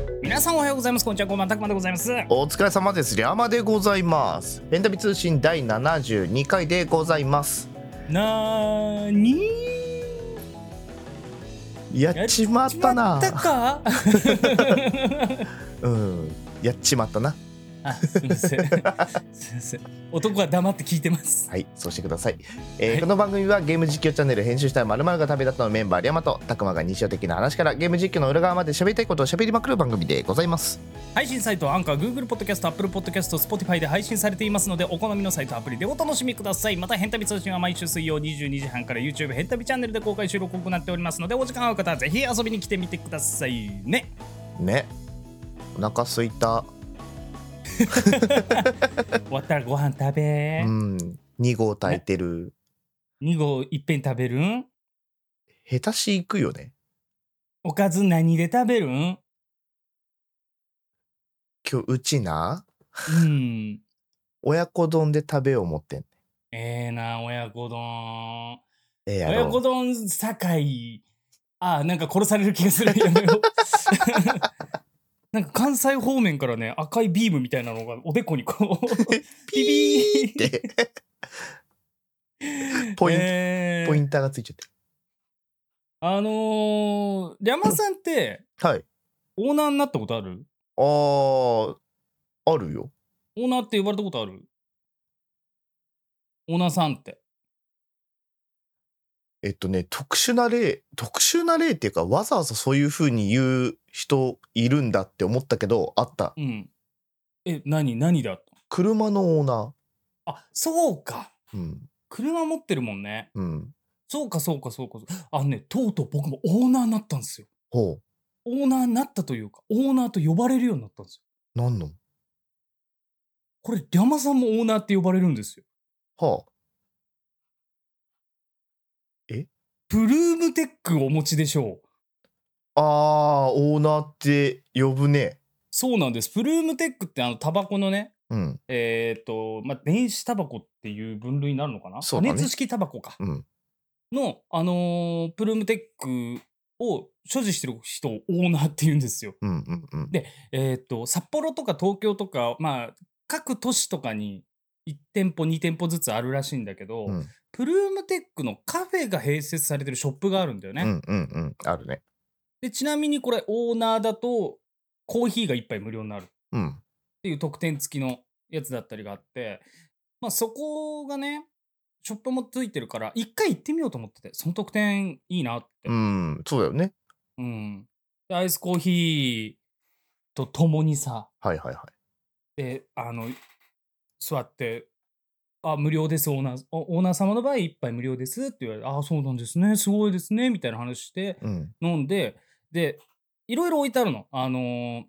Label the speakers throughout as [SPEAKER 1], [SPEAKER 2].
[SPEAKER 1] ます。こんにちは、こんばんは、たくまでございます。
[SPEAKER 2] お疲れ様です。リャマでございます。エンタビ通信第72回でございます。
[SPEAKER 1] なーに
[SPEAKER 2] やっちまったな。
[SPEAKER 1] 決まったか
[SPEAKER 2] うん、やっちまったな。
[SPEAKER 1] あ、すみません。すみません。男は黙って聞いてます。
[SPEAKER 2] はい、そうしてください。えーこの番組はゲーム実況チャンネル編集したいまるが旅立ったのメンバーリャマとたくまが日常的な話からゲーム実況の裏側まで喋りたいことを喋りまくる番組でございます。
[SPEAKER 1] 配信サイトはアンカー、Google ポッドキャスト、Apple ポッドキャスト、Spotify で配信されていますので、お好みのサイトアプリでお楽しみください。また、ヘンタビ通信は毎週水曜22時半から YouTube ヘンタビチャンネルで公開収録を行っておりますので、お時間ある方はぜひ遊びに来てみてくださいね。
[SPEAKER 2] ね。お腹すいた。
[SPEAKER 1] 終わったらご飯食べ
[SPEAKER 2] う。ん。2号炊いてる。
[SPEAKER 1] 2合いっぺん食べるん
[SPEAKER 2] 下手しいくよね。
[SPEAKER 1] おかず何で食べるん
[SPEAKER 2] 今日うちな、
[SPEAKER 1] うん。
[SPEAKER 2] 親子丼で食べよう思ってんね。
[SPEAKER 1] ええな、親子丼。
[SPEAKER 2] ええや
[SPEAKER 1] 親
[SPEAKER 2] ろ
[SPEAKER 1] 子丼堺。ああ、なんか殺される気がする。やめよう なんか関西方面からね、赤いビームみたいなのがおでこにこ う、ピビー
[SPEAKER 2] って。ポイント、
[SPEAKER 1] えー
[SPEAKER 2] ポインターがついちゃって
[SPEAKER 1] あのー、リャマさんって
[SPEAKER 2] る。はい。
[SPEAKER 1] オーナーになったことある
[SPEAKER 2] あー、あるよ。
[SPEAKER 1] オーナーって呼ばれたことあるオーナーさんって。
[SPEAKER 2] えっとね、特殊な例、特殊な例っていうか、わざわざそういう風に言う人いるんだって思ったけど、あった。
[SPEAKER 1] うん。え、何、何だと。
[SPEAKER 2] 車のオーナ
[SPEAKER 1] あ、そうか。
[SPEAKER 2] ー。うん。
[SPEAKER 1] 車持ってるもんね。
[SPEAKER 2] うん。
[SPEAKER 1] そうかそうかそうかそう。あのね、とうとう僕もオーナーになったんですよ。
[SPEAKER 2] ほ
[SPEAKER 1] オーナーになったというか、オーナーと呼ばれるようになったんですよ。
[SPEAKER 2] う。なんの
[SPEAKER 1] これ、リャマさんもオーナーって呼ばれるんですよ。
[SPEAKER 2] はあ。
[SPEAKER 1] ブルームテックをお持ちでしょう。
[SPEAKER 2] あー、オーナーって呼ぶね。
[SPEAKER 1] そうなんです。ブルームテックってあの、タバコのね、
[SPEAKER 2] うん。
[SPEAKER 1] えっ、と、まあ、電子タバコっていう分類になるのかな
[SPEAKER 2] そう
[SPEAKER 1] 加
[SPEAKER 2] だね
[SPEAKER 1] 熱式タバコか。
[SPEAKER 2] うん。
[SPEAKER 1] の、あのーブルームテックを所持してる人をオーナーって言うんですよ。
[SPEAKER 2] うんうんうん。
[SPEAKER 1] でえっ、と、札幌とか東京とか、まあ、各都市とかに1店舗、2店舗ずつあるらしいんだけど、
[SPEAKER 2] うん
[SPEAKER 1] プルームテックのカフェが併設されてるショップがあるんだよね。
[SPEAKER 2] うんうんうん。あるね。
[SPEAKER 1] で、ちなみにこれ、オーナーだと、コーヒーが1杯無料になるっ
[SPEAKER 2] うん。
[SPEAKER 1] ていう特典付きのやつだったりがあって、まあ、そこがね、ショップもついてるから、一回行ってみようと思ってて、その特典いいなって。
[SPEAKER 2] うん。そうだよね。
[SPEAKER 1] うんでアイスコーヒーとともにさ、
[SPEAKER 2] はいはいはい。
[SPEAKER 1] であの座って「あ無料ですオーナーおオーナー様の場合一杯無料です」って言われて「あそうなんですねすごいですね」みたいな話して
[SPEAKER 2] うん。
[SPEAKER 1] 飲んででいろいろ置いてあるのあのー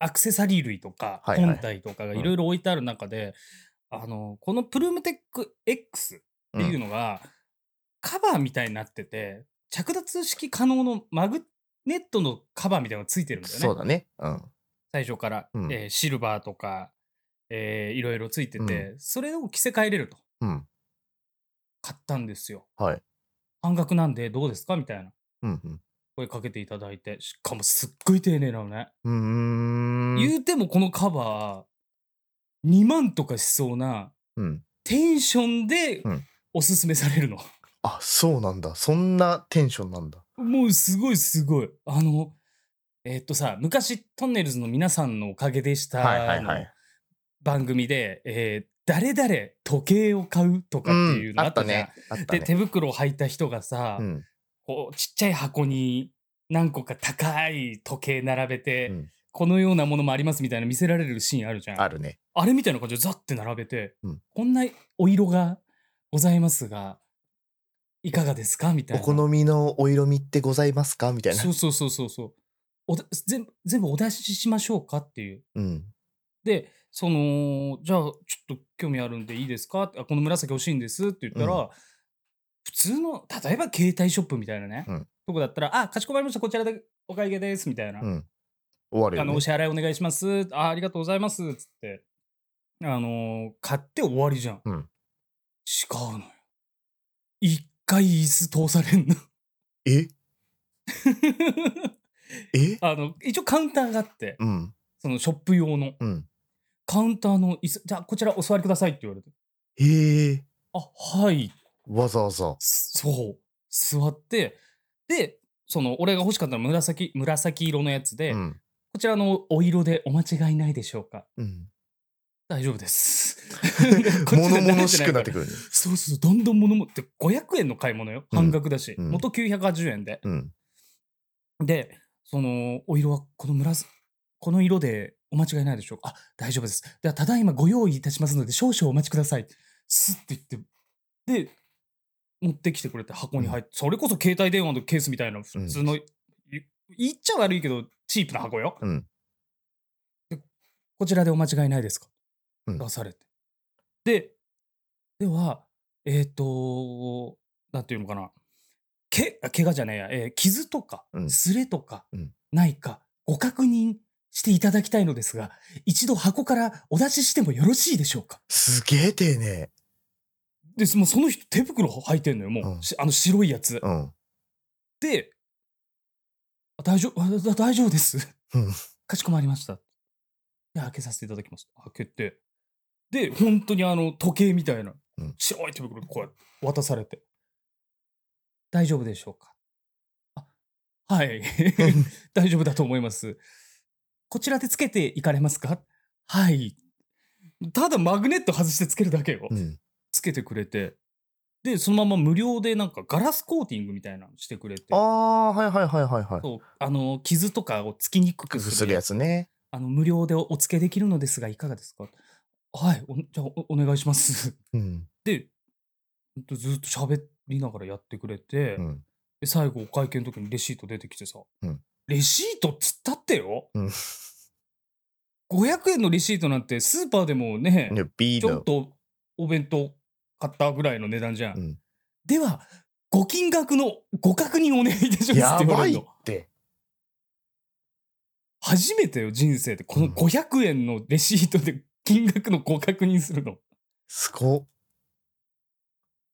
[SPEAKER 1] アクセサリー類とか
[SPEAKER 2] はいはい
[SPEAKER 1] 本体とかがいろいろ置いてある中で、あのーこのプルームテック X っていうのが、カバーみたいになってて着脱式可能のマグネットのカバーみたいなのがついてるんだよね。
[SPEAKER 2] そうだね。うん。
[SPEAKER 1] 最初から、
[SPEAKER 2] うん
[SPEAKER 1] えーシルバーとか、えーいろいろついてて、
[SPEAKER 2] う
[SPEAKER 1] それを着せ替えれると
[SPEAKER 2] うん。
[SPEAKER 1] 買ったんですよ
[SPEAKER 2] はい。
[SPEAKER 1] 半額なんでどうですかみたいな
[SPEAKER 2] うんうん。
[SPEAKER 1] 声かけていただいてしかもすっごい丁寧なのね、
[SPEAKER 2] うーん。
[SPEAKER 1] 言うてもこのカバー2万とかしそうな
[SPEAKER 2] うん。
[SPEAKER 1] テンションで
[SPEAKER 2] うん
[SPEAKER 1] おすすめされるの、
[SPEAKER 2] あ、そうなんだ。そんなテンションなんだ。
[SPEAKER 1] もうすごいすごいあのえーっとさ昔トンネルズの皆さんのおかげでした
[SPEAKER 2] はいはいは
[SPEAKER 1] の
[SPEAKER 2] い。
[SPEAKER 1] 番組で、えー誰々時計を買うとかっていうの
[SPEAKER 2] あ
[SPEAKER 1] あっ
[SPEAKER 2] ったた
[SPEAKER 1] じゃん、
[SPEAKER 2] ね。あった
[SPEAKER 1] で
[SPEAKER 2] ね。
[SPEAKER 1] 手袋を履いた人がさ、
[SPEAKER 2] うん。
[SPEAKER 1] こうちっちゃい箱に何個か高い時計並べて、
[SPEAKER 2] うん
[SPEAKER 1] このようなものもありますみたいな見せられるシーンあるじゃん
[SPEAKER 2] あるね。
[SPEAKER 1] あれみたいな感じでザッて並べて、
[SPEAKER 2] うん
[SPEAKER 1] こんなお色がございますがいかがですかみたい
[SPEAKER 2] お
[SPEAKER 1] な
[SPEAKER 2] 好みのお色味ってございますかみたいな
[SPEAKER 1] そ。うそうそうそうそうおだ全部全部お出ししましょうかっていう
[SPEAKER 2] うん。
[SPEAKER 1] でそのじゃあちょっと興味あるんでいいですかってあこの紫欲しいんですって言ったら、
[SPEAKER 2] う
[SPEAKER 1] 普通の例えば携帯ショップみたいなね、
[SPEAKER 2] うん
[SPEAKER 1] とこだったら「あかしこまりましたこちらでお会計です」みたいな、
[SPEAKER 2] うん。終わる
[SPEAKER 1] あ
[SPEAKER 2] よ
[SPEAKER 1] の
[SPEAKER 2] ね
[SPEAKER 1] お。支払いお願いしますあありがとうございます」っつってあのー買って終わりじゃん、
[SPEAKER 2] うん
[SPEAKER 1] 違うのよ一回椅子通されんの
[SPEAKER 2] ええ
[SPEAKER 1] あの一応カウンターがあって
[SPEAKER 2] うん
[SPEAKER 1] そのショップ用の
[SPEAKER 2] うん
[SPEAKER 1] カウンターの椅子じゃあこちらお座りくださいって言われて
[SPEAKER 2] へえ
[SPEAKER 1] あはい
[SPEAKER 2] わざわざ
[SPEAKER 1] そう座ってでその俺が欲しかったのは紫紫色のやつで、
[SPEAKER 2] うん
[SPEAKER 1] こちらのお色でお間違いないでしょうか
[SPEAKER 2] うん
[SPEAKER 1] 大丈夫です。
[SPEAKER 2] 物々 しくなって
[SPEAKER 1] くる。
[SPEAKER 2] くるね
[SPEAKER 1] そうそう、どんどん物もって500円の買い物よ。
[SPEAKER 2] うん
[SPEAKER 1] 半額だし、
[SPEAKER 2] うん
[SPEAKER 1] 元980円で。
[SPEAKER 2] うん
[SPEAKER 1] で、そのお色はこの紫、この色でお間違いないでしょうか。あ、大丈夫です。ではただいまご用意いたしますので少々お待ちください。スッて言って、で、持ってきてくれて箱に入って、それこそ携帯電話のケースみたいな普通の、い言っちゃ悪いけどチープな箱よ。
[SPEAKER 2] うん
[SPEAKER 1] こちらでお間違いないですか、
[SPEAKER 2] うん
[SPEAKER 1] 出されて。で、では、えっ、と、なんていうのかな、けあ怪我じゃないや、えー傷とか
[SPEAKER 2] う、ん
[SPEAKER 1] すれとか
[SPEAKER 2] うん、
[SPEAKER 1] ないか、ご確認していただきたいのですが、一度箱からお出ししてもよろしいでしょうか
[SPEAKER 2] すげえ丁寧
[SPEAKER 1] で、もうその人、手袋履いてんのよ、もう、
[SPEAKER 2] うん
[SPEAKER 1] しあの白いやつ。
[SPEAKER 2] うん
[SPEAKER 1] で、あ大丈夫、あだ大丈夫です
[SPEAKER 2] うん。
[SPEAKER 1] かしこまりました。で、開けさせていただきました。開けて。で、本当にあの、時計みたいな
[SPEAKER 2] うん、
[SPEAKER 1] 白い手袋、こうやって渡されて。大丈夫でしょうかあ、はい。大丈夫だと思います。こちらでつけていかれますかはい。ただマグネット外してつけるだけよ。
[SPEAKER 2] うん
[SPEAKER 1] つけてくれて。で、そのまま無料でなんかガラスコーティングみたいなのしてくれて。
[SPEAKER 2] ああはいはいはいはいはい
[SPEAKER 1] そうあの傷とかをつきにく
[SPEAKER 2] 工
[SPEAKER 1] く
[SPEAKER 2] 夫
[SPEAKER 1] す
[SPEAKER 2] す
[SPEAKER 1] る
[SPEAKER 2] るやつね
[SPEAKER 1] あの無料でおお付けできるのですがいかがですかはいおじゃあおお願いします
[SPEAKER 2] うん
[SPEAKER 1] でほんとずっと喋りながらやってくれて、
[SPEAKER 2] うん
[SPEAKER 1] で最後お会計の時にレシート出てきてさ、
[SPEAKER 2] うん
[SPEAKER 1] レシートっつったってよ、
[SPEAKER 2] うん
[SPEAKER 1] 500円のレシートなんてスーパーでもね
[SPEAKER 2] ねビ
[SPEAKER 1] ち
[SPEAKER 2] ー
[SPEAKER 1] ょっ
[SPEAKER 2] ル
[SPEAKER 1] とお弁当買ったぐらいの値段じゃん、
[SPEAKER 2] うん
[SPEAKER 1] ではご金額のご確認お願いいたしますっ
[SPEAKER 2] や
[SPEAKER 1] て言わ
[SPEAKER 2] ば
[SPEAKER 1] れるの
[SPEAKER 2] いって
[SPEAKER 1] 初めてよ人生でこの
[SPEAKER 2] うん
[SPEAKER 1] 500円のレシートで金額のご確認するの、
[SPEAKER 2] すごっ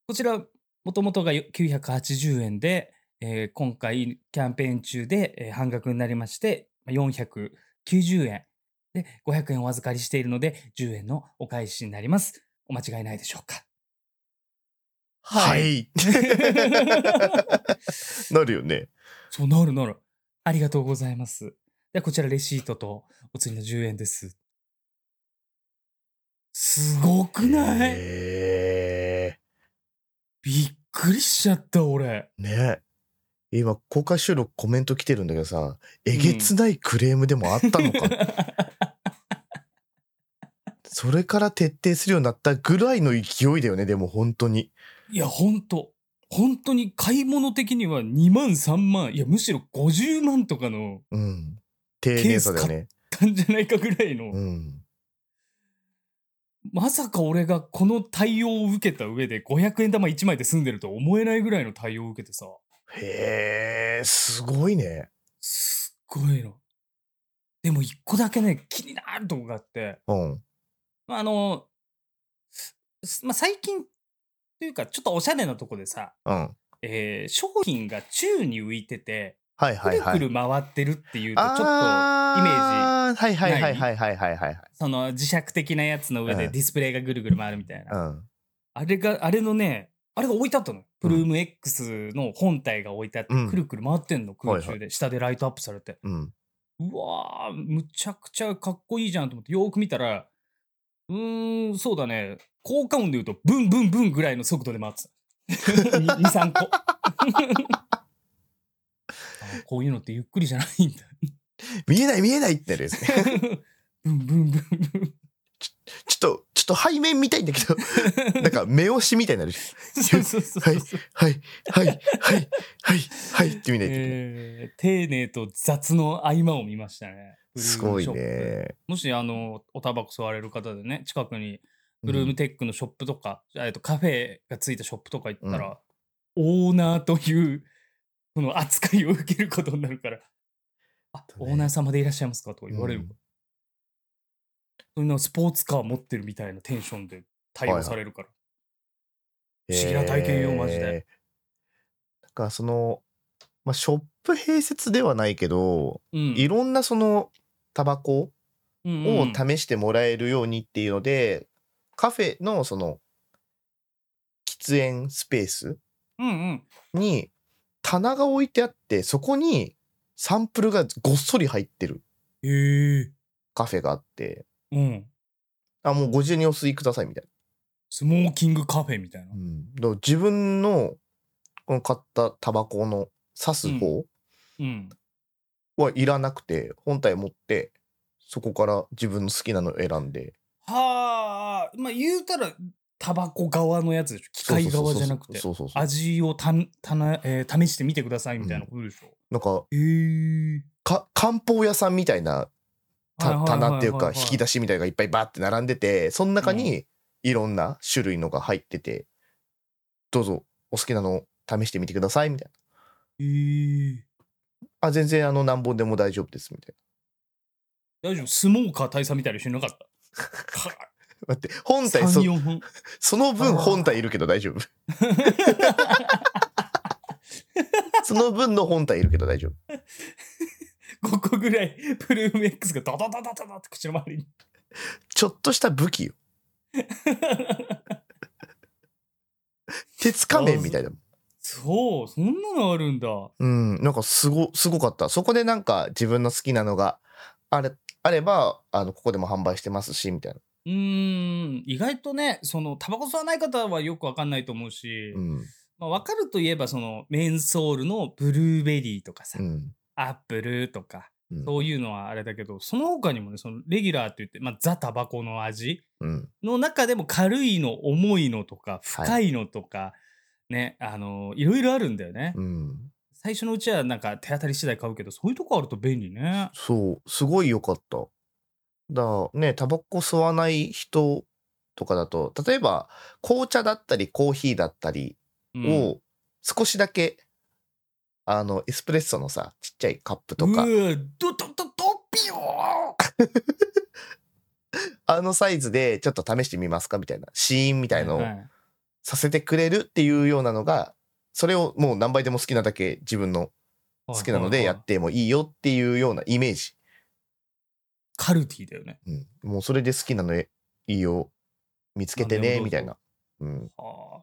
[SPEAKER 1] こちらもともとが980円で、えー今回キャンペーン中で、えー半額になりましてまあ490円で500円お預かりしているので10円のお返しになりますお間違いないでしょうか
[SPEAKER 2] はいいなるよね
[SPEAKER 1] そうなるなるありがとうございますでこちらレシートとお釣りの10円ですすごくない、
[SPEAKER 2] へえ
[SPEAKER 1] びっくりしちゃった俺
[SPEAKER 2] ねえ今公開収録コメント来てるんだけどさえげつないクレームでもあったのか、それから徹底するようになったぐらいの勢いだよねでも本当に
[SPEAKER 1] いやほんと本当に買い物的には2万3万いやむしろ50万とかの
[SPEAKER 2] うん丁寧さだよね
[SPEAKER 1] 感じゃないかぐらいの、
[SPEAKER 2] うん
[SPEAKER 1] まさか俺がこの対応を受けた上で500円玉1枚で済んでるとは思えないぐらいの対応を受けてさ
[SPEAKER 2] へえすごいね
[SPEAKER 1] すっごいのでも1個だけね気になるとこがあって
[SPEAKER 2] うん
[SPEAKER 1] まああの、すまあ、最近というかちょっとおしゃれなとこでさ、
[SPEAKER 2] うん
[SPEAKER 1] えー商品が宙に浮いてて
[SPEAKER 2] はいは
[SPEAKER 1] く
[SPEAKER 2] い
[SPEAKER 1] る
[SPEAKER 2] はい
[SPEAKER 1] くる回ってるっていうとちょっとイメージ
[SPEAKER 2] あーはいはいはいはいはいはいはいはい
[SPEAKER 1] その磁石的なやつの上で
[SPEAKER 2] うん
[SPEAKER 1] ディスプレイがぐるぐる回るみたいな、
[SPEAKER 2] うん
[SPEAKER 1] あれがあれのねあれが置いてあったのプルーム X の本体が置いてあって、
[SPEAKER 2] うん
[SPEAKER 1] くるくる回ってんの空中で、
[SPEAKER 2] はい
[SPEAKER 1] 下でライトアップされて
[SPEAKER 2] うん
[SPEAKER 1] うわーむちゃくちゃかっこいいじゃんと思ってよーく見たらうーんそうだね効果音で言うとブンブンブンぐらいの速度で回ってた23 個あこういうのってゆっくりじゃないんだ
[SPEAKER 2] 見えない見えないってなるやつね
[SPEAKER 1] ブンブンブンブン
[SPEAKER 2] ちょっと、ちょっと背面見たいんだ けど、なんか目押しみたいになる。
[SPEAKER 1] そうそうそうそう、
[SPEAKER 2] はいはい、はい、はい、はい、はいって見ないといけない。
[SPEAKER 1] えー丁寧と雑の合間を見ましたね。
[SPEAKER 2] すごい
[SPEAKER 1] ブルームショップ。
[SPEAKER 2] ね。
[SPEAKER 1] もしあのおタバコ吸われる方でね近くに
[SPEAKER 2] う
[SPEAKER 1] ブルーム
[SPEAKER 2] ん
[SPEAKER 1] テックのショップとか、えっとカフェがついたショップとか行った
[SPEAKER 2] う
[SPEAKER 1] ら、オーナーというこの扱いを受けることになるから「あ
[SPEAKER 2] とね
[SPEAKER 1] オーナー様でいらっしゃいますか?」とか言われる、
[SPEAKER 2] うん
[SPEAKER 1] そんなスポーツカー持ってるみたいなテンションで対応されるから、不思議な体験よマジで
[SPEAKER 2] えーなんかその、まあ、ショップ併設ではないけど、
[SPEAKER 1] うん
[SPEAKER 2] いろんなそのタバコ
[SPEAKER 1] うんう
[SPEAKER 2] を
[SPEAKER 1] ん
[SPEAKER 2] 試してもらえるようにっていうので、カフェのその喫煙スペース
[SPEAKER 1] うんうん
[SPEAKER 2] に棚が置いてあってそこにサンプルがごっそり入ってる
[SPEAKER 1] へえ
[SPEAKER 2] カフェがあって
[SPEAKER 1] うん
[SPEAKER 2] あもうご自由にお吸いくださいみたい
[SPEAKER 1] スモーキングカフェみたいな
[SPEAKER 2] な、だから自分のこの買ったタバコの刺す方
[SPEAKER 1] うん
[SPEAKER 2] はいらなくて、本体持ってそこから自分の好きなの選んで
[SPEAKER 1] はあまあ言うたらタバコ側のやつでしょ機械側じゃなくて
[SPEAKER 2] そうそうそうそうそう
[SPEAKER 1] 味をたんたな、えー試してみてくださいみたいなことでしょ、
[SPEAKER 2] なんか
[SPEAKER 1] へえ
[SPEAKER 2] か漢方屋さんみたいなた棚っていうか引き出
[SPEAKER 1] し
[SPEAKER 2] しみたいなのがいっぱいバーって並んでてその中にいろんな種類のが入ってて、どうぞお好きなの試してみてくださいみたい
[SPEAKER 1] へえ
[SPEAKER 2] なあ全然あの何本でも大丈夫ですみたい
[SPEAKER 1] 大丈夫スモーカー大佐みたいにしなか った
[SPEAKER 2] な待って本体そ
[SPEAKER 1] 34 本
[SPEAKER 2] その分本体いるけど大丈夫その分の本体いるけど大丈夫
[SPEAKER 1] 5個ぐらいプルーム X がダダダダダダって口の周りに
[SPEAKER 2] ちょっとした武器よ鉄仮面みたいだもん
[SPEAKER 1] そうそんなのあるんだ
[SPEAKER 2] うん、なんかすご、すごかった。そこでなんか自分の好きなのがあれ、あれば、あの、ここでも販売してますし、みたいな。
[SPEAKER 1] うーん意外とねそのタバコ吸わない方はよくわかんないと思うし、
[SPEAKER 2] うん。
[SPEAKER 1] まあ、わかるといえばそのメンソールのブルーベリーとかさ、
[SPEAKER 2] うん。
[SPEAKER 1] アップルとか
[SPEAKER 2] うん
[SPEAKER 1] そういうのはあれだけどその他にもねそのレギュラーって言って、まあ、ザ・タバコの味
[SPEAKER 2] うん。
[SPEAKER 1] の中でも軽いの重いのとか深いのとか、ねあのいろいろあるんだよね、
[SPEAKER 2] うん。
[SPEAKER 1] 最初のうちはなんか手当たり次第買うけどそういうとこあると便利ね
[SPEAKER 2] そう、すごい良かった。だからね、タバコ吸わない人とかだと、例えば紅茶だったりコーヒーだったり
[SPEAKER 1] うん
[SPEAKER 2] を少しだけ、あの、エスプレッソのさ、ちっちゃいカップ
[SPEAKER 1] う
[SPEAKER 2] とか、
[SPEAKER 1] ードドドドピヨー
[SPEAKER 2] あのサイズでちょっと試してみますかみたいな、シーンみたいのを
[SPEAKER 1] はいはい
[SPEAKER 2] させてくれるっていうようなのがそれをもう何倍でも好きなだけ自分の好きなのでやってもいいよっていうようなイメージ、
[SPEAKER 1] カルティだよね
[SPEAKER 2] うん、もうそれで好きなのいいよ見つけてね
[SPEAKER 1] 何
[SPEAKER 2] みた
[SPEAKER 1] で
[SPEAKER 2] い
[SPEAKER 1] も
[SPEAKER 2] な、うん、
[SPEAKER 1] あ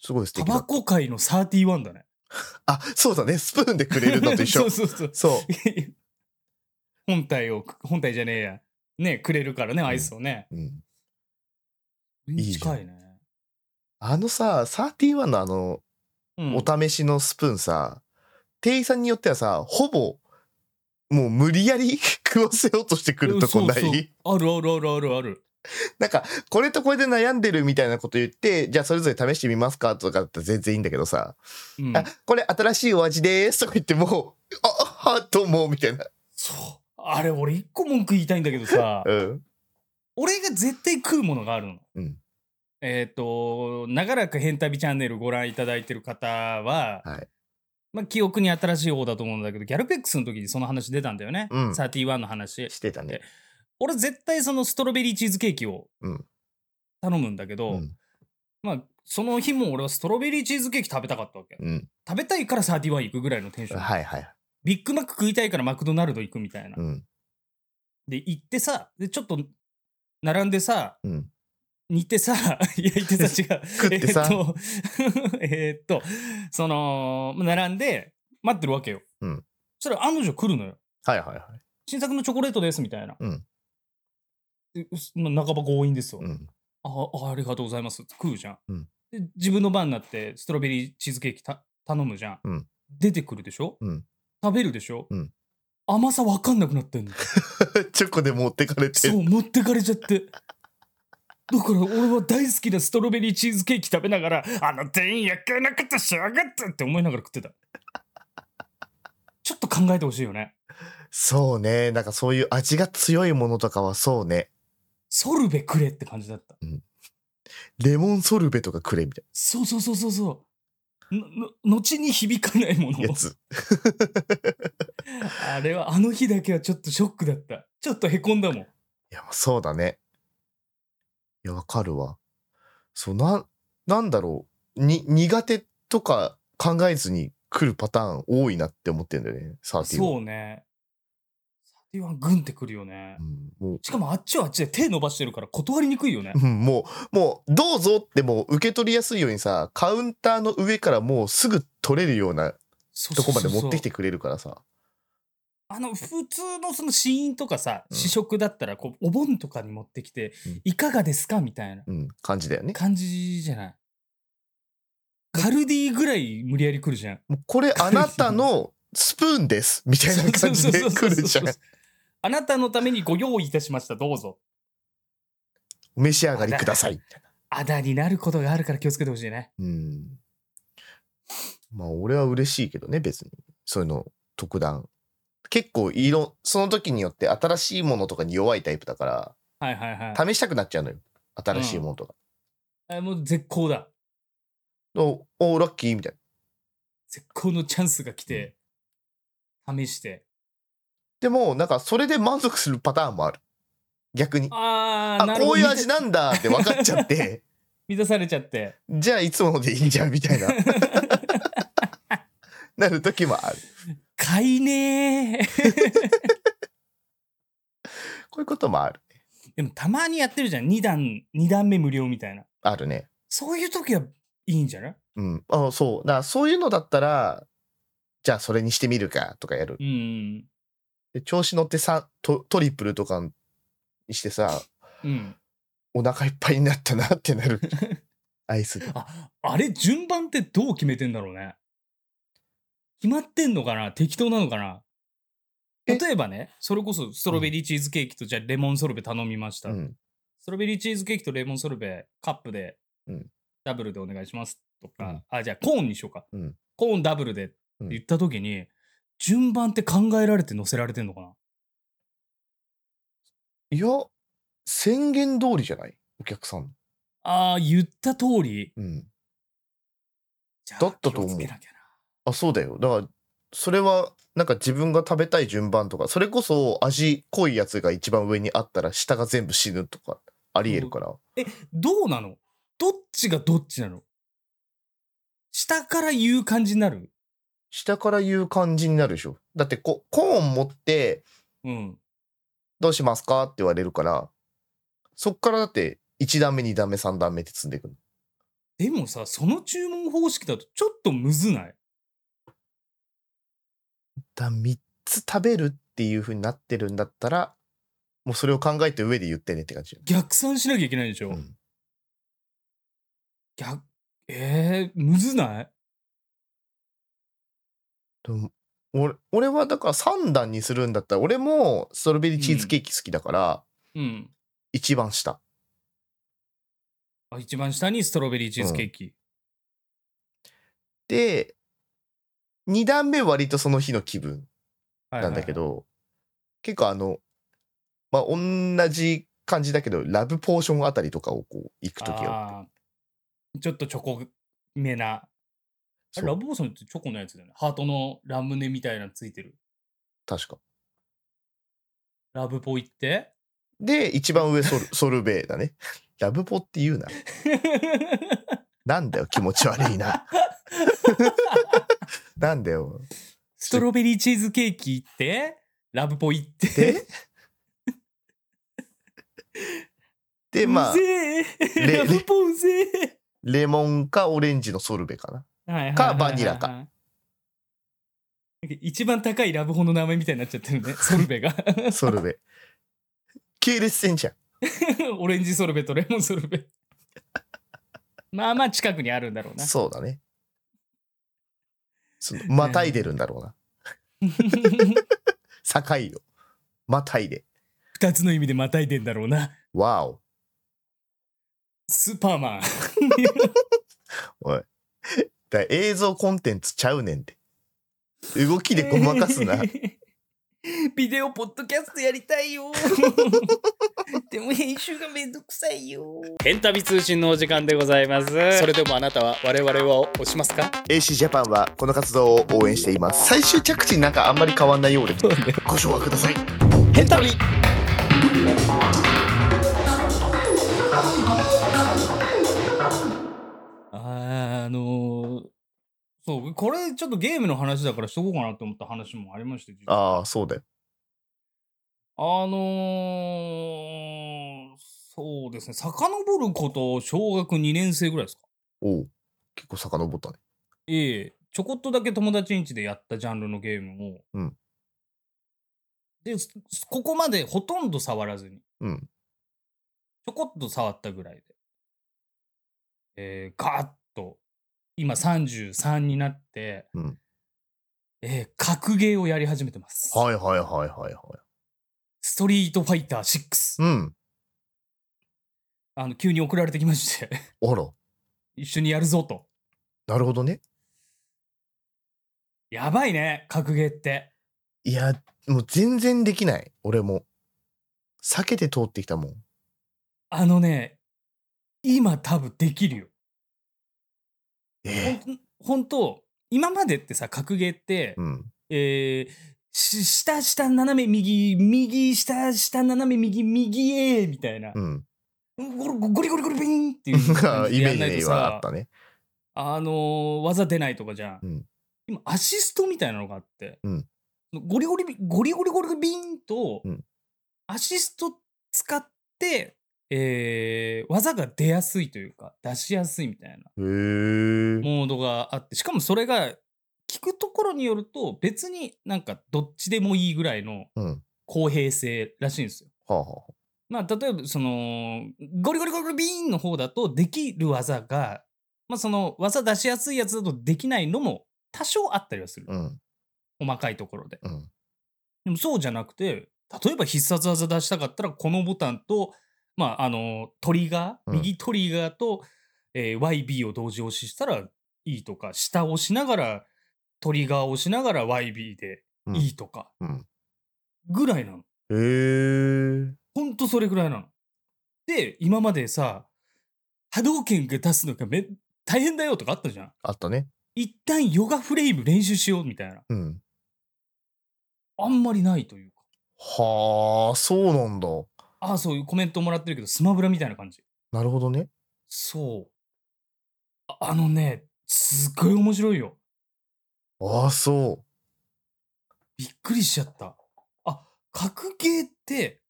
[SPEAKER 2] すごい素
[SPEAKER 1] ータ
[SPEAKER 2] 敵だ
[SPEAKER 1] バ
[SPEAKER 2] った
[SPEAKER 1] コ界の31だね
[SPEAKER 2] あそうだねスプーンでくれるのと 一
[SPEAKER 1] そ
[SPEAKER 2] 緒
[SPEAKER 1] うそうそう
[SPEAKER 2] そう
[SPEAKER 1] 本体を本体じゃねえやねくれるからねアイスをね、
[SPEAKER 2] うん、
[SPEAKER 1] うん、
[SPEAKER 2] いいじゃん
[SPEAKER 1] 近いね
[SPEAKER 2] あのさ31のあの
[SPEAKER 1] うん
[SPEAKER 2] お試しのスプーンさ、店員さんによってはさほぼもう無理やり 食わせようとしてくるとこない
[SPEAKER 1] そうそうあるあるあるあるある
[SPEAKER 2] なんか、これとこれで悩んでるみたいなこと言って、じゃあそれぞれ試してみますかとかだったら全然いいんだけどさ、
[SPEAKER 1] うん
[SPEAKER 2] あ、これ新しいお味ですとか言っても う、あ、あ、どうも、みたいな。
[SPEAKER 1] そうあれ俺一個文句言いたいんだけどさ
[SPEAKER 2] うん。
[SPEAKER 1] 俺が絶対食うものがあるの。
[SPEAKER 2] うん
[SPEAKER 1] えっ、と長らく「変旅チャンネル」ご覧いただいてる方は、
[SPEAKER 2] はい
[SPEAKER 1] まあ、記憶に新しい方だと思うんだけどギャルペックスの時にその話出たんだよね、
[SPEAKER 2] うん
[SPEAKER 1] 31の話
[SPEAKER 2] してたね。
[SPEAKER 1] 俺絶対そのストロベリーチーズケーキを
[SPEAKER 2] うん
[SPEAKER 1] 頼むんだけ
[SPEAKER 2] う
[SPEAKER 1] ど、
[SPEAKER 2] ん。
[SPEAKER 1] まあその日も俺はストロベリーチーズケーキ食べたかったわけ
[SPEAKER 2] うん。
[SPEAKER 1] 食べたいから31行くぐらいのテンション、
[SPEAKER 2] はいはい。
[SPEAKER 1] ビッグマック食いたいからマクドナルド行くみたいな、
[SPEAKER 2] うん。
[SPEAKER 1] で行ってさでちょっと並んでさ
[SPEAKER 2] うん。
[SPEAKER 1] 煮てさ 焼いてさ 違う
[SPEAKER 2] 食ってさ
[SPEAKER 1] えーっと えーっとその並んで待ってるわけよ、
[SPEAKER 2] うん
[SPEAKER 1] そしたら案の定来るのよ
[SPEAKER 2] はいはいはい。
[SPEAKER 1] 新作のチョコレートですみたいな、
[SPEAKER 2] うん
[SPEAKER 1] でうすまあ半ば強引ですよ、
[SPEAKER 2] うん。
[SPEAKER 1] あありがとうございます食うじゃん、
[SPEAKER 2] うん
[SPEAKER 1] で自分の番になってストロベリーチーズケーキた頼むじゃん、
[SPEAKER 2] うん
[SPEAKER 1] 出てくるでしょ、
[SPEAKER 2] うん
[SPEAKER 1] 食べるでしょ、
[SPEAKER 2] うん
[SPEAKER 1] 甘さ分かんなくなってんの
[SPEAKER 2] チョコで持ってかれて
[SPEAKER 1] そう
[SPEAKER 2] る。
[SPEAKER 1] 持ってかれちゃってだから俺は大好きなストロベリーチーズケーキ食べながらあの店員やけなことしやがってって思いながら食ってたちょっと考えてほしいよね
[SPEAKER 2] そうね。なんかそういう味が強いものとかはそうね。
[SPEAKER 1] ソルベくれって感じだった
[SPEAKER 2] レモンソルベとかくれみたい
[SPEAKER 1] そうそうそうそうそうのの後に響かないもの
[SPEAKER 2] なやつ。
[SPEAKER 1] あれはあの日だけはちょっとショックだったちょっとへこんだもん
[SPEAKER 2] いや、そうだね。いや、わかるわ。そう、な、なんだろう。に、苦手とか考えずに来るパターン多いなって思ってるんだよね、サーティ
[SPEAKER 1] そうね。31グンってくるよね。
[SPEAKER 2] うん、もう
[SPEAKER 1] しかもあっちはあっちで手伸ばしてるから断りにくいよね。
[SPEAKER 2] うん、 もう、もう、どうぞってもう受け取りやすいようにさ、カウンターの上からもうすぐ取れるような
[SPEAKER 1] そ
[SPEAKER 2] とこまで持ってき
[SPEAKER 1] て
[SPEAKER 2] てくれるからさ。
[SPEAKER 1] あの普通のその試飲とかさ、
[SPEAKER 2] うん
[SPEAKER 1] 試食だったらこうお盆とかに持ってきて、
[SPEAKER 2] うん
[SPEAKER 1] いかがですかみたいな
[SPEAKER 2] うん、感じだよね。
[SPEAKER 1] 感じじゃないカルディぐらい無理やり来るじゃん
[SPEAKER 2] もうこれあなたのスプーンですみたいな感じで来るじゃん。
[SPEAKER 1] あなたのためにご用意いたしましたどうぞ
[SPEAKER 2] お召し上がりください。
[SPEAKER 1] あだになることがあるから気をつけてほしいね
[SPEAKER 2] うん。まあ、俺は嬉しいけどね、別に。そういうの、特段。結構、いろ、その時によって新しいものとかに弱いタイプだか
[SPEAKER 1] はいはいはい
[SPEAKER 2] ら、試したくなっちゃうのよ。新しいものとか。
[SPEAKER 1] あもう絶好だ
[SPEAKER 2] お、お、ラッキーみたいな。
[SPEAKER 1] 絶好のチャンスが来て、試して
[SPEAKER 2] でも、なんか、それで満足するパターンもある。逆に。
[SPEAKER 1] ああ
[SPEAKER 2] あ、
[SPEAKER 1] なる
[SPEAKER 2] こ
[SPEAKER 1] ほど
[SPEAKER 2] ういう味なんだって分かっち ゃって、
[SPEAKER 1] 満たされちゃ って
[SPEAKER 2] じゃあ、いつものでいいじゃん、みたいな。なる時もある。
[SPEAKER 1] 買いねえ
[SPEAKER 2] こういうこともある。
[SPEAKER 1] でもたまにやってるじゃん2段二段目無料みたいな
[SPEAKER 2] あるね。
[SPEAKER 1] そういう時はいいんじゃない
[SPEAKER 2] うん。あそう。だからそういうのだったら、じゃあそれにしてみるかとかやる。
[SPEAKER 1] うん
[SPEAKER 2] で調子乗ってさトトリプルとかにしてさ、
[SPEAKER 1] うん
[SPEAKER 2] お腹いっぱいになったなってなる。アイスが。
[SPEAKER 1] ああれ順番ってどう決めてんだろうね決まってんのかな適当なのかな
[SPEAKER 2] え
[SPEAKER 1] 例えばねそれこそストロベリーチーズケーキとじゃあレモンソルベ頼みました、
[SPEAKER 2] うん。
[SPEAKER 1] ストロベリーチーズケーキとレモンソルベカップで、
[SPEAKER 2] うん
[SPEAKER 1] ダブルでお願いしますとか、
[SPEAKER 2] うん
[SPEAKER 1] あじゃあコーンにしようか、
[SPEAKER 2] うん
[SPEAKER 1] コーンダブルでって言った時に、順番って考えられて載せられてんのかない
[SPEAKER 2] や、宣言通りじゃないお客さん。
[SPEAKER 1] あー言った通り
[SPEAKER 2] うん。
[SPEAKER 1] じゃ
[SPEAKER 2] だったと思う
[SPEAKER 1] 気をつけなきゃな
[SPEAKER 2] あ、そうだよ。だから、それは、なんか自分が食べたい順番とか、それこそ味濃いやつが一番上にあったら下が全部死ぬとか、ありえるから。
[SPEAKER 1] どうなのどっちがどっちなの下から言う感じになる
[SPEAKER 2] 下から言う感じになるでしょ。だってこ、コーン持って、
[SPEAKER 1] うん。
[SPEAKER 2] どうしますかって言われるから、そっからだって、1段目、2段目、3段目って積んでいくの。
[SPEAKER 1] でもさ、その注文方式だとちょっとむずない
[SPEAKER 2] だ3つ食べるっていう風になってるんだったら、もうそれを考えて上で言ってねって感じ。
[SPEAKER 1] 逆算しなきゃいけないでしょ、
[SPEAKER 2] うん
[SPEAKER 1] 逆、えー、むずない
[SPEAKER 2] でも俺俺はだから3段にするんだったら、俺もストロベリーチーズケーキ好きだから、
[SPEAKER 1] うん。
[SPEAKER 2] 一番下。
[SPEAKER 1] あ、一番下にストロベリーチーズケーキ。
[SPEAKER 2] で、2段目割とその日の気分
[SPEAKER 1] はいは
[SPEAKER 2] ないんだけ。ど、結構あの、まあ、同じ感じだけど、ラブポーションあたりとかをこう、行くときは。
[SPEAKER 1] あーちょっとチョコめな。あ
[SPEAKER 2] そ
[SPEAKER 1] れラ
[SPEAKER 2] う
[SPEAKER 1] ブボーソンってチョコのやつだよね。ハートのラムネみたいなのついてる。
[SPEAKER 2] 確か。
[SPEAKER 1] ラブポイ って
[SPEAKER 2] で、一番上ソル、ソルベだね。ラブポって言うな。なんだよ、気持ち悪いな。なんだよ。
[SPEAKER 1] ストロベリーチーズケーキってラブポイって
[SPEAKER 2] で、で、まあ
[SPEAKER 1] う、ぜえ
[SPEAKER 2] レ
[SPEAKER 1] ラブポうぜえ
[SPEAKER 2] レモンかオレンジのソルベか
[SPEAKER 1] はいは
[SPEAKER 2] な。
[SPEAKER 1] いはいはい
[SPEAKER 2] かバニラか
[SPEAKER 1] なん一番高いラブホの名前みたいになっちゃってるねソルベが
[SPEAKER 2] ソルベ。系列戦じゃん。
[SPEAKER 1] オレンジソルベとレモンソルベ まあまあ近くにあるんだろうな
[SPEAKER 2] そうだね。そのまたいでるんだろうな。境を。またいで。
[SPEAKER 1] 二つの意味でまたいでんだろうな
[SPEAKER 2] わお。
[SPEAKER 1] スーパーマン
[SPEAKER 2] おい。だから映像コンテンツちゃうねんって。動きでごまかすな。
[SPEAKER 1] ビデオポッドキャストやりたい よでも編集がめんどくさいよヘンタビ通信のお時間でございますそれでもあなたは我々は押しますか
[SPEAKER 2] AC ジャパンはこの活動を応援しています。最終着地なんかあんまり変わんないようで。
[SPEAKER 1] そうね
[SPEAKER 2] ご唱和ください。
[SPEAKER 1] ヘンタビあーあのー、そそうこれちょっとゲームの話だからしとこうかなと思った話もありまして実は
[SPEAKER 2] ああ、そうだよ。
[SPEAKER 1] あのー、そうですね遡ること小学2年生ぐらいですか
[SPEAKER 2] おう結構遡ったね。
[SPEAKER 1] ええちょこっとだけ友達ん家でやったジャンルのゲームを、
[SPEAKER 2] うん
[SPEAKER 1] ですここまでほとんど触らずに
[SPEAKER 2] うん。
[SPEAKER 1] ちょこっと触ったぐらいで、えー、ガーッと今33になって、
[SPEAKER 2] うん
[SPEAKER 1] えー格ゲーをやり始めてます、
[SPEAKER 2] はいはいはいはいはい。
[SPEAKER 1] ストリートファイター6、
[SPEAKER 2] うん。
[SPEAKER 1] あの急に送られてきまして
[SPEAKER 2] あら、
[SPEAKER 1] 一緒にやるぞと
[SPEAKER 2] なるほどね。
[SPEAKER 1] やばいね格ゲーって
[SPEAKER 2] いや、もう全然できない。俺も。避けて通ってきたもん。
[SPEAKER 1] あのね今多分できるよほ
[SPEAKER 2] ええ
[SPEAKER 1] んほんと今までってさ格ゲーって、
[SPEAKER 2] うん。
[SPEAKER 1] えーし下下斜め右右下下斜め右右へみたいな、
[SPEAKER 2] うん。
[SPEAKER 1] ゴリゴリゴリゴリビーンっていう感じ
[SPEAKER 2] イ
[SPEAKER 1] で
[SPEAKER 2] メ
[SPEAKER 1] やんない
[SPEAKER 2] ー
[SPEAKER 1] と
[SPEAKER 2] ジはあ
[SPEAKER 1] さ
[SPEAKER 2] っ、たね。
[SPEAKER 1] あのー技出ないとかじゃん。
[SPEAKER 2] うん
[SPEAKER 1] 今、アシストみたいなのがあって、
[SPEAKER 2] うん
[SPEAKER 1] ゴリゴリビ、ゴリゴリゴリビーンと、
[SPEAKER 2] うん
[SPEAKER 1] アシスト使って、えー技が出やすいというか、出しやすいみたいな
[SPEAKER 2] へえ。
[SPEAKER 1] モードがあって、しかもそれが、聞くところによると、別になんかどっちでもいいぐらいの
[SPEAKER 2] うん。
[SPEAKER 1] 公平性らしいんですよ
[SPEAKER 2] はあ、は
[SPEAKER 1] まあ、例えば、その、ゴリゴリゴリゴリビーンの方だと、できる技が、まあ、その、技出しやすいやつだとできないのも、多少あったりはする
[SPEAKER 2] あ。。うん。
[SPEAKER 1] 細かいところで。
[SPEAKER 2] うん。
[SPEAKER 1] でも、そうじゃなくて、例えば必殺技出したかったら、このボタンと、まあ、あの、トリガー、
[SPEAKER 2] うん
[SPEAKER 1] 右トリガーと、えー YB を同時押ししたらいいとか、下押しながら、トリガーを押しながら YB でいいとか、
[SPEAKER 2] うん
[SPEAKER 1] ぐらいなの。
[SPEAKER 2] へえ。
[SPEAKER 1] ほんとそれぐらいなの。で、今までさ、波動拳が出すのがめ大変だよとかあったじゃん。
[SPEAKER 2] あったね。
[SPEAKER 1] 一旦ヨガフレーム練習しようみたいな。
[SPEAKER 2] うん。
[SPEAKER 1] あんまりないというか。
[SPEAKER 2] はあ、そうなんだ。
[SPEAKER 1] ああ、そういうコメントもらってるけど、スマブラみたいな感じ。
[SPEAKER 2] なるほどね。
[SPEAKER 1] そう。ああのね、すっごい面白いよ。
[SPEAKER 2] ああ、そ
[SPEAKER 1] びっくりしちゃった。あ、格ゲーって、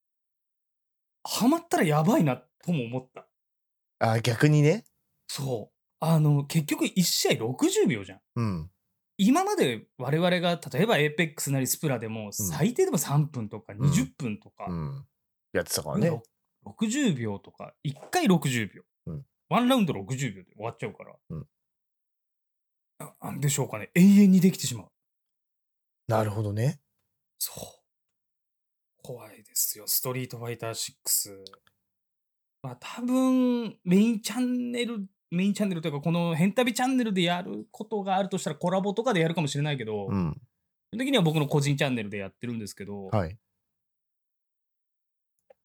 [SPEAKER 1] ハマったらやばいなとも思った。
[SPEAKER 2] う。あー逆にね。
[SPEAKER 1] そう。あの、結局1試合60秒じゃん。
[SPEAKER 2] うん。
[SPEAKER 1] 今まで我々が例えば APEX なりスプラでも最低でも3分とか
[SPEAKER 2] ん
[SPEAKER 1] 20分とか、
[SPEAKER 2] うん。やってたから
[SPEAKER 1] ね
[SPEAKER 2] ね。
[SPEAKER 1] 60秒とか1回60秒、
[SPEAKER 2] うん
[SPEAKER 1] ワンラウンド60秒で終わっちゃうから、
[SPEAKER 2] うん
[SPEAKER 1] ななんでしょうかね永遠にできてしまう
[SPEAKER 2] なるほどね。
[SPEAKER 1] そう怖いですよ「ストリートファイター6」まあ多分メインチャンネルメインチャンネルというかこの「ヘンタビチャンネル」でやることがあるとしたらコラボとかでやるかもしれないけど、
[SPEAKER 2] うん。
[SPEAKER 1] 基本的には僕の個人チャンネルでやってるんですけど、
[SPEAKER 2] はい。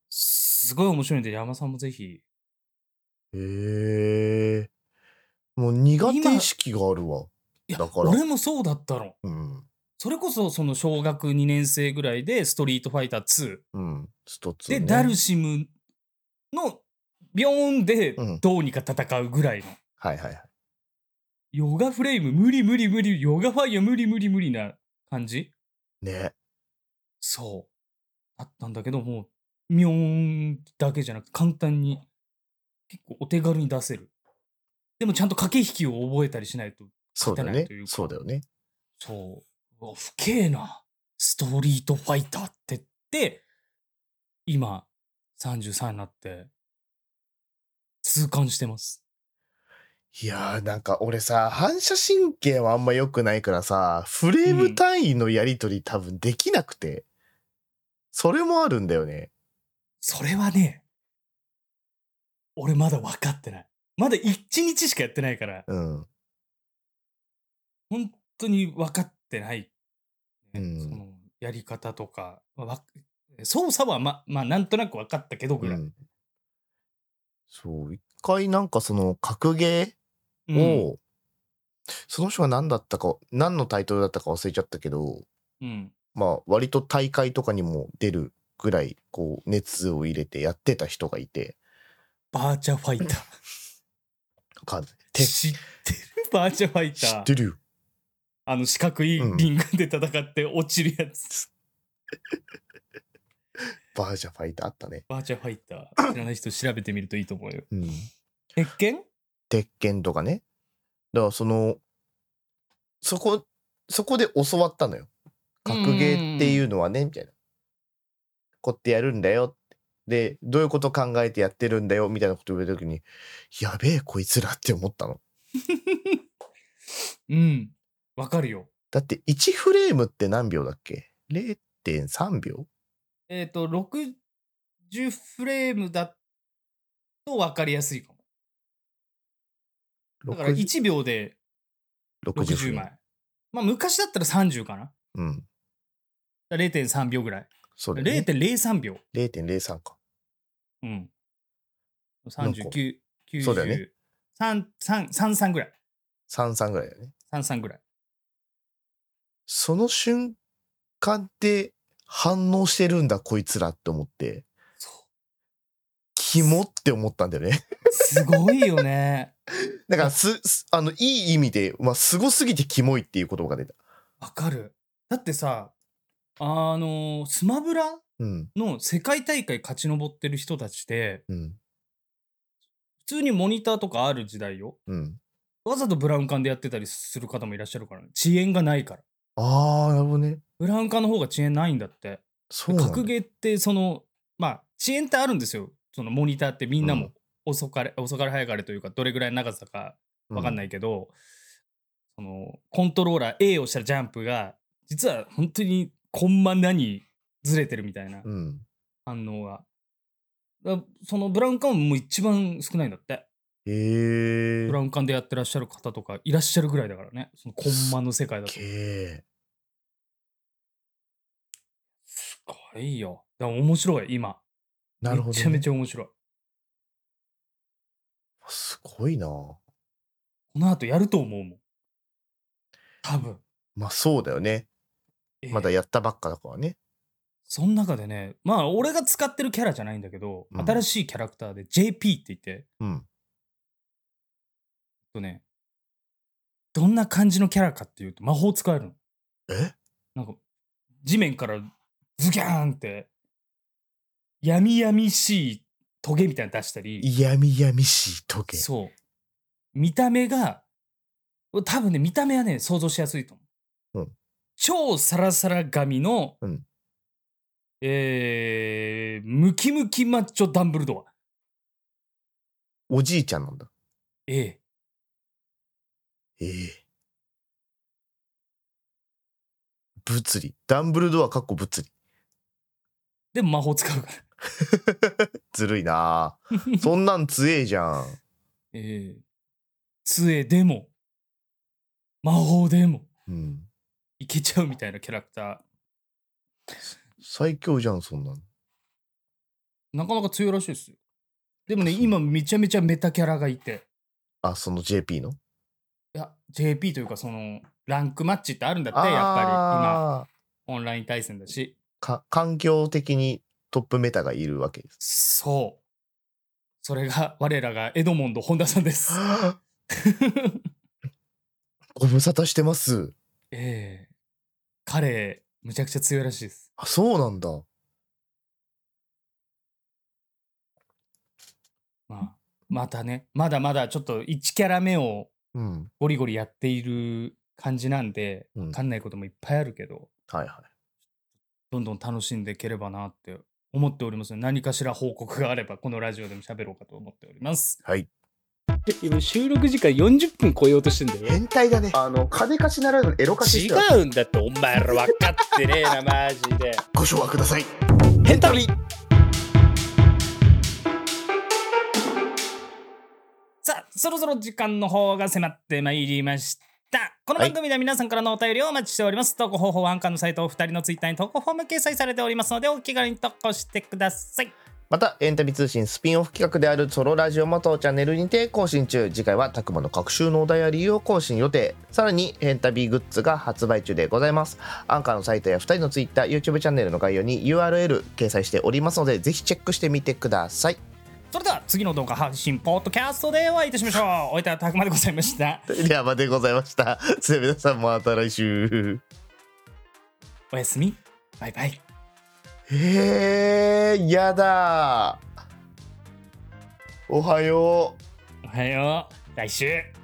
[SPEAKER 1] すごい面白いんで、山さんもぜひ。
[SPEAKER 2] へえ。もう苦手意識があるわ。
[SPEAKER 1] いや
[SPEAKER 2] だから
[SPEAKER 1] 俺もそうだったの。
[SPEAKER 2] うん。
[SPEAKER 1] それこそ、その小学2年生ぐらいで、ストリートファイター2。
[SPEAKER 2] うん。ストツー
[SPEAKER 1] で、
[SPEAKER 2] ね
[SPEAKER 1] ダルシムの、ビョーンで
[SPEAKER 2] うん、
[SPEAKER 1] どうにか戦うぐらいの。
[SPEAKER 2] はいはいはい。
[SPEAKER 1] ヨガフレーム、無理無理無理、ヨガファイヤー無理無理無理な感じ
[SPEAKER 2] ね。
[SPEAKER 1] そう。あったんだけど、もう、ミョーンだけじゃなく、簡単に、結構お手軽に出せる。でもちゃんと駆け引きを覚えたりしないと
[SPEAKER 2] そうだよ
[SPEAKER 1] 勝てない
[SPEAKER 2] ね
[SPEAKER 1] という。か
[SPEAKER 2] そうだよね。
[SPEAKER 1] そう。うわ、不敬な、ストリートファイターってって、今、33になって、痛感してます。
[SPEAKER 2] いやーなんか俺さ、反射神経はあんま良くないからさ、フレーム単位のやりとり多分できなくて、それもあるんだよね。
[SPEAKER 1] それはね、俺まだ分かってない。まだ1日しかやってないから、
[SPEAKER 2] うん。
[SPEAKER 1] 本当に分かってない。ね
[SPEAKER 2] うん
[SPEAKER 1] そのやり方とか、まあわ操作はま、まあ、なんとなく分かったけどぐらい。
[SPEAKER 2] うんそう、一回なんかその格ゲ
[SPEAKER 1] う
[SPEAKER 2] ー
[SPEAKER 1] ん。
[SPEAKER 2] を、その人が何だったか、何のタイトルだったか忘れちゃったけど、
[SPEAKER 1] うん。
[SPEAKER 2] まあ割と大会とかにも出るぐらい、こう熱を入れてやってた人がいて、
[SPEAKER 1] バーチャファイター。
[SPEAKER 2] かて
[SPEAKER 1] 知ってるバーチャファイタ
[SPEAKER 2] 知
[SPEAKER 1] ー
[SPEAKER 2] っ。てるよ。
[SPEAKER 1] あの四角いリングで戦って落ちるやつ、
[SPEAKER 2] バージャファイターあったね。
[SPEAKER 1] バーチャファイター知らない人調べてみるといいと思うよ
[SPEAKER 2] うん。
[SPEAKER 1] 鉄拳
[SPEAKER 2] 鉄拳とかね。だからその、そこ、そこで教わったのよ。格ゲーっていうのはね、みたいな。こうやってやるんだよって。で、どういうこと考えてやってるんだよ、みたいなこと言われた時に、やべえ、こいつらって思ったの。
[SPEAKER 1] うんわかるよ
[SPEAKER 2] だって1フレームって何秒だっけ ?0.3 秒
[SPEAKER 1] えっ、と60フレームだとわかりやすいかもだから
[SPEAKER 2] 60
[SPEAKER 1] 1秒で
[SPEAKER 2] 60フレー
[SPEAKER 1] 60
[SPEAKER 2] ム
[SPEAKER 1] 枚まあ昔だったら30かな
[SPEAKER 2] うん。
[SPEAKER 1] だから0.3秒ぐらい
[SPEAKER 2] そうだよね。
[SPEAKER 1] 0.03秒
[SPEAKER 2] 0.03か。
[SPEAKER 1] うん
[SPEAKER 2] なんか
[SPEAKER 1] 39
[SPEAKER 2] そうだよね
[SPEAKER 1] 90 33ぐらい
[SPEAKER 2] 33ぐらいだよね。
[SPEAKER 1] 33ぐらい
[SPEAKER 2] その瞬間って反応してるんだ、こいつらって思って、
[SPEAKER 1] そう
[SPEAKER 2] キモって思ったんだよね。
[SPEAKER 1] すごいよね。
[SPEAKER 2] だからす、すあの、いい意味で、まあ、すごすぎてキモいっていう言葉が出た。
[SPEAKER 1] わかる。だってさ、あのスマブラ
[SPEAKER 2] うん、
[SPEAKER 1] の世界大会勝ち上ってる人たちって、
[SPEAKER 2] うん、
[SPEAKER 1] 普通にモニターとかある時代よ。
[SPEAKER 2] うん。
[SPEAKER 1] わざとブラウン管でやってたりする方もいらっしゃるからね。遅延がないから。
[SPEAKER 2] あー、なるほどね。
[SPEAKER 1] ブラウン管の方が遅延ないんだって。
[SPEAKER 2] そうなんだ
[SPEAKER 1] 格ゲーって、その、まあ、遅延ってあるんですよ。そのモニターってみんな
[SPEAKER 2] う。
[SPEAKER 1] も遅かれ、遅かれ早かれというか、どれぐらいの長さかわかんないいけど、そのコントローラー A をしたジャンプが実は本当にコンマ何ずれてるみたいな
[SPEAKER 2] うん。うん
[SPEAKER 1] 反応が。だそのブラウン管も一番少ないんだって
[SPEAKER 2] へ
[SPEAKER 1] ブ
[SPEAKER 2] ー
[SPEAKER 1] ラ。ウン管でやってらっしゃる方とかいらっしゃるぐらいだからねそのコンマの世界だと
[SPEAKER 2] けー
[SPEAKER 1] すごいよだから面白い今
[SPEAKER 2] なるほど、ね。
[SPEAKER 1] めちゃめちゃ面白い
[SPEAKER 2] すごいな
[SPEAKER 1] この後やると思うもん多分、
[SPEAKER 2] まあ、そうだよね。まだやったばっかだからね。
[SPEAKER 1] その中でねまあ俺が使ってるキャラじゃないんだけど、
[SPEAKER 2] うん
[SPEAKER 1] 新しいキャラクターで JP って言って
[SPEAKER 2] うん。
[SPEAKER 1] えっとね、どんな感じのキャラかっていうと魔法使えるの。
[SPEAKER 2] え
[SPEAKER 1] なんか地面からズキャーンって闇闇しいトゲみたいなの出したり、
[SPEAKER 2] やみやみしい時計。
[SPEAKER 1] そう。見た目が、多分ね、見た目はね、想像しやすいと思う。
[SPEAKER 2] うん
[SPEAKER 1] 超サラサラ髪の、
[SPEAKER 2] うん
[SPEAKER 1] えームキムキマッチョダンブルドア。
[SPEAKER 2] おじいちゃんなんだ。
[SPEAKER 1] ええ。
[SPEAKER 2] ええ物理。ダンブルドアかっこ物理。
[SPEAKER 1] でも魔法使うから。
[SPEAKER 2] ずるいなあそんなん強えじゃん。
[SPEAKER 1] えー、杖でも魔法でも
[SPEAKER 2] うん。
[SPEAKER 1] いけちゃうみたいなキャラクター
[SPEAKER 2] 最強じゃん、そんなん。
[SPEAKER 1] なかなか強いらしいですよでもね
[SPEAKER 2] そう
[SPEAKER 1] 今めちゃめちゃメタキャラがいて
[SPEAKER 2] あ、その JP の
[SPEAKER 1] いや JP というかそのランクマッチってあるんだってやっぱり今
[SPEAKER 2] あー
[SPEAKER 1] オンライン対戦だし
[SPEAKER 2] か、環境的にトップメタがいるわけ です。
[SPEAKER 1] そうそれが 我らがエドモンド本田さんです
[SPEAKER 2] ご無沙汰してます。
[SPEAKER 1] ええ彼むちゃくちゃ強いらしいです
[SPEAKER 2] あ、そうなんだ。
[SPEAKER 1] まあまたねまだまだちょっと1キャラ目を
[SPEAKER 2] うん。
[SPEAKER 1] ゴリゴリやっている感じなんで、
[SPEAKER 2] うん
[SPEAKER 1] わかんないこともいっぱいあるけど、
[SPEAKER 2] はいは
[SPEAKER 1] どんどん楽しんでいければなって思っておりますので何かしら報告があれば、このラジオでも喋ろうかと思っております。
[SPEAKER 2] い。はい。
[SPEAKER 3] 今収録時間40分超えようとしてんだよ
[SPEAKER 2] 変態だね。あの、金貸しならぬエロ貸し。
[SPEAKER 3] 違うんだってお前ら分かってねえなマジで
[SPEAKER 2] ご唱和ください。
[SPEAKER 3] ヘンタロリ
[SPEAKER 1] さあ、そろそろ時間の方が迫ってまいりました。この番組では皆さんからのお便りをお待ちしております。投稿方法はアンカーのサイト、お二人のツイッターに投稿フォーム掲載されておりますので、お気軽に投稿してください。
[SPEAKER 2] またエンタメ通信スピンオフ企画であるソロラジオも当チャンネルにて更新中次回はたくまの各週のお題や理由を更新予定さらにヘンタビーグッズが発売中でございますアンカーのサイトや2人のツイッター YouTube チャンネルの概要に URL 掲載しておりますのでぜひチェックしてみてください
[SPEAKER 1] それでは次の動画配信ポッドキャストでお会いいたしましょうお相手はたくまでございました
[SPEAKER 2] ではまでございました。それでは皆さんまた来週。
[SPEAKER 1] おやすみバイバイ
[SPEAKER 2] えー、やだー。おはよう。
[SPEAKER 1] おはよう来週